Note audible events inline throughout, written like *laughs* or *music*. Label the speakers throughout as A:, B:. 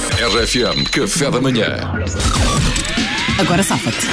A: RFM, café da manhã.
B: Agora safa-te.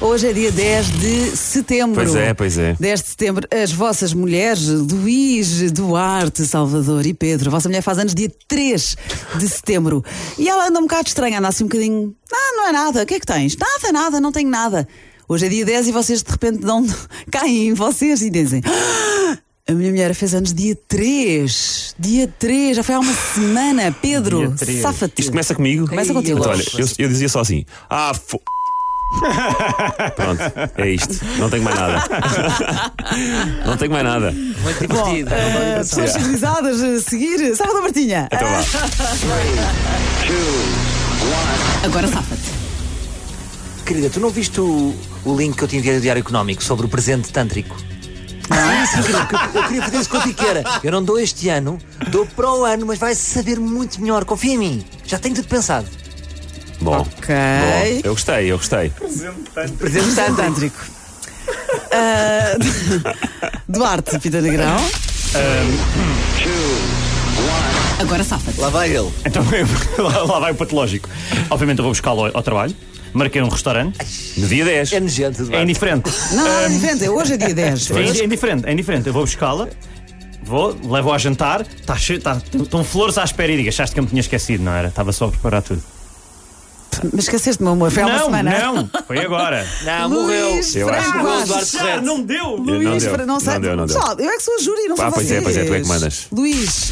C: Hoje é dia 10 de setembro.
D: Pois é, pois é.
C: 10 de setembro, as vossas mulheres, Luís, Duarte, Salvador e Pedro, a vossa mulher faz anos dia 3 de setembro. E ela anda um bocado estranha, anda assim um bocadinho. Ah, não é nada, o que é que tens? Nada, nada, não tenho nada. Hoje é dia 10 e vocês de repente dão, *laughs* caem em vocês e dizem. "Ah, A minha mulher fez anos dia 3. Dia 3, já foi há uma semana. Pedro, safa-te.
D: Isto começa comigo?
C: Começa contigo.
D: Então, olha, eu, eu dizia só assim: Ah, fo... Pronto, é isto. Não tenho mais nada. Não tenho mais nada.
C: Bom,
E: é
C: eh, pessoas civilizadas a seguir. Salvador Martinha.
D: Então vá.
B: Agora safa-te.
E: Querida, tu não viste o, o link que eu te enviei do Diário Económico sobre o presente tântrico?
C: é?
E: Ah, sim, querida, que eu, eu queria fazer isso contigo que era. Eu não dou este ano, dou para o ano, mas vai saber muito melhor. Confia em mim, já tenho tudo pensado.
D: Bom,
C: Ok.
D: bom, eu gostei, eu gostei.
C: Presente tântrico. Ah, *laughs* Duarte Pita Negrão.
B: Agora safa-te.
E: Lá vai ele.
F: Então eu- *laughs* lá, lá vai o patológico. Obviamente eu vou buscá-lo ao, ao trabalho, marquei um restaurante.
D: No dia 10.
E: É nojento, Eduardo.
F: É indiferente.
C: Não, não, é diferente. Hoje é
D: *laughs*
C: dia 10.
F: É, indi- é indiferente, é indiferente. Eu vou buscá-la, vou, levo-a a jantar, tá cheio, tá, estão flores à espera e digo, achaste que eu me tinha esquecido, não era? Estava só a preparar tudo.
C: Mas esqueceste, meu amor. Foi há uma
F: não,
C: semana.
F: não, foi agora.
E: Não,
C: Luís
D: Ah, Eu acho que
E: morreu.
C: Fraguas.
E: o Eduardo
F: Já, não deu.
D: Não
C: Luís
D: deu,
C: Fra- não
D: não
C: sei.
D: deu, não deu.
C: Pessoal, eu é que sou a júri, não
D: Ah,
C: sou
D: pois é,
C: vocês.
D: pois é, tu é que mandas.
C: Luís,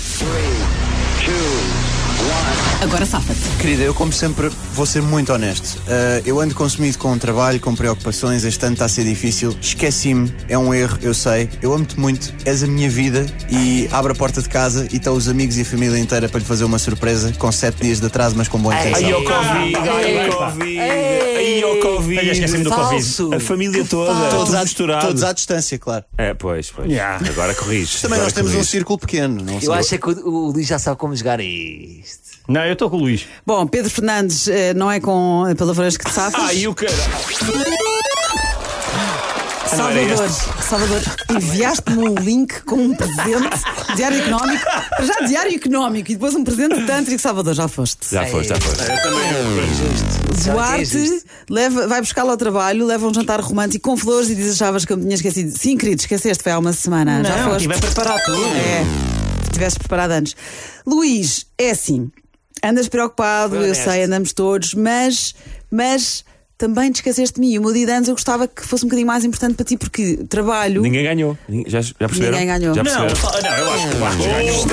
B: Agora safa-te.
G: Querida, eu como sempre vou ser muito honesto. Uh, eu ando consumido com o trabalho, com preocupações, este ano está a ser difícil. Esqueci-me, é um erro, eu sei. Eu amo-te muito, és a minha vida e abro a porta de casa e estão os amigos e a família inteira para lhe fazer uma surpresa com sete dias de atraso, mas com boa intenção.
D: Ai, o Covid, ai, o Covid, ai, o
F: Olha, esqueci-me
D: Covid. Ah,
F: do Covid.
E: Falso.
D: A família toda,
G: todos,
D: tudo
G: à,
D: misturado.
G: todos à distância, claro.
D: É, pois, pois.
F: Yeah.
D: Agora corriges.
G: Também
D: agora
G: nós temos um
D: corriges.
G: círculo pequeno. Não
E: Eu
G: sei.
E: acho é que o, o Luís já sabe como jogar isto.
F: Não, eu estou com o Luís.
C: bom, Pedro Fernandes, eh, não é com palavrões Ah, que te safas.
D: Ai, o cara. não era
C: Salvador, Salvador, enviaste-me um link com um presente diário económico, para já diário económico e depois um presente tântrico. Salvador, já foste.
D: Já foste, já foste.
E: É Justo.
C: Duarte leva, vai buscá-lo ao trabalho, leva um jantar romântico com flores e diz achavas que eu me tinha esquecido. Sim, querido, esqueceste, foi há uma semana. já
F: não,
C: foste.
F: estive a preparar tudo.
C: É, se tivesse preparado antes. Luís, é assim, andas preocupado, eu
E: honesto.
C: sei, andamos todos, mas, mas também te esqueceste de mim. E o meu dia de anos eu gostava que fosse um bocadinho mais importante para ti, porque trabalho.
D: Ninguém ganhou. Já, já perceberam?
C: Ninguém ganhou.
D: Já
F: Não, eu
D: perceberam?
F: fa- não, eu acho que o Vasco ganhou.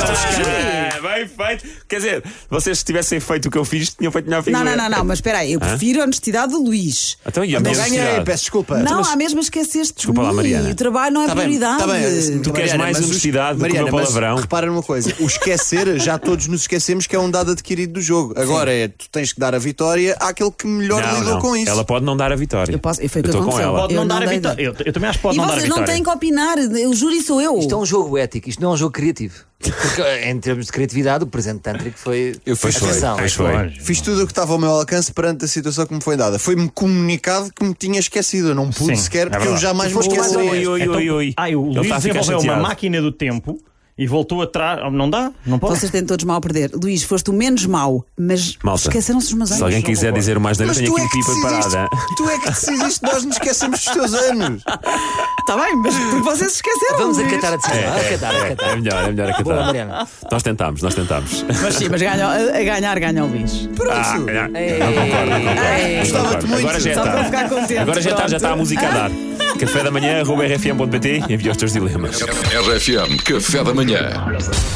D: Ah, Bem feito. Quer dizer, vocês se tivessem feito o que eu fiz, tinham feito melhor
C: Não,
D: figura.
C: não, não, não, mas espera aí, eu prefiro a honestidade do Luís.
D: Então, e a
G: Não
D: minha
G: ganhei,
D: honestidade?
G: peço desculpa.
C: Não, há mesmo esqueceste
D: Desculpa
C: de
D: lá,
C: mim.
D: Mariana.
C: O trabalho não é
G: Tá bem,
C: prioridade.
G: tá bem.
D: Tu queres mais
G: mas os-
D: honestidade do que o
G: Mariana,
D: meu
G: mas
D: palavrão?
G: Repara numa coisa: o esquecer, já todos nos esquecemos que é um dado adquirido do jogo. Agora é, tu tens que dar a vitória àquele que melhor
D: Não,
G: lidou
D: não.
G: com isso.
D: Ela pode não dar a vitória.
C: Eu posso- foi o que
D: estou com
C: aconteceu.
D: ela.
F: Pode
C: Eu
F: não dar
C: não
F: a
C: dei
F: vitória. Eu, eu também acho que pode
C: e
F: não dar a
C: vocês não
F: vitória.
C: têm que opinar, eu juro isso sou eu.
E: Isto é um jogo ético, isto não é um jogo criativo. Porque em termos de criatividade, o presente tântrico foi.
G: Eu fiz-
E: Atenção.
D: Pois foi.
G: Fiz tudo o que estava ao meu alcance perante a situação que me foi dada. Foi-me comunicado que me tinha esquecido. Eu não pude
F: Sim,
G: sequer,
F: é
G: porque eu
F: verdade.
G: jamais me
D: Oi,
G: esqueceria.
D: oi,
F: Então-
D: oi, oi.
F: Ai, o
D: Ele
F: Luís
D: está a ficar
F: desenvolveu uma
D: chateado.
F: máquina do tempo e voltou atrás. Não dá? Não pode?
C: Vocês têm todos mal a perder. Luís, foste o menos mau, mas
D: Malta,
C: esqueceram-se os meus anos.
D: Se alguém quiser dizer mais dano,
G: Mas
D: tenho
G: tu
D: aqui
G: é,
D: um
G: que
D: pipa
G: decidiste,
D: preparada.
G: tu é que decidiste, nós nos esquecemos dos teus anos.
D: Ah,
C: Está Tá bem, mas porque vocês se esqueceram.
E: Vamos
C: Luís.
E: acatar a decisão. acatar, acatar.
D: É melhor, é melhor
E: Boa,
D: acatar.
E: Mariana.
D: Nós tentámos, nós tentámos.
C: Mas sim, mas ganha, a a ganhar ganha o Luís.
D: Ah, não, não concordo, não concordo. Não
G: Gostava-te
D: concordo.
G: muito.
D: Agora já é
C: Só para
D: tarde.
C: ficar contente.
D: Agora já está, já
C: pronto.
D: está a música a dar. Café da manhã, rfm.pt, envia os teus dilemas.
A: RFM, café da manhã.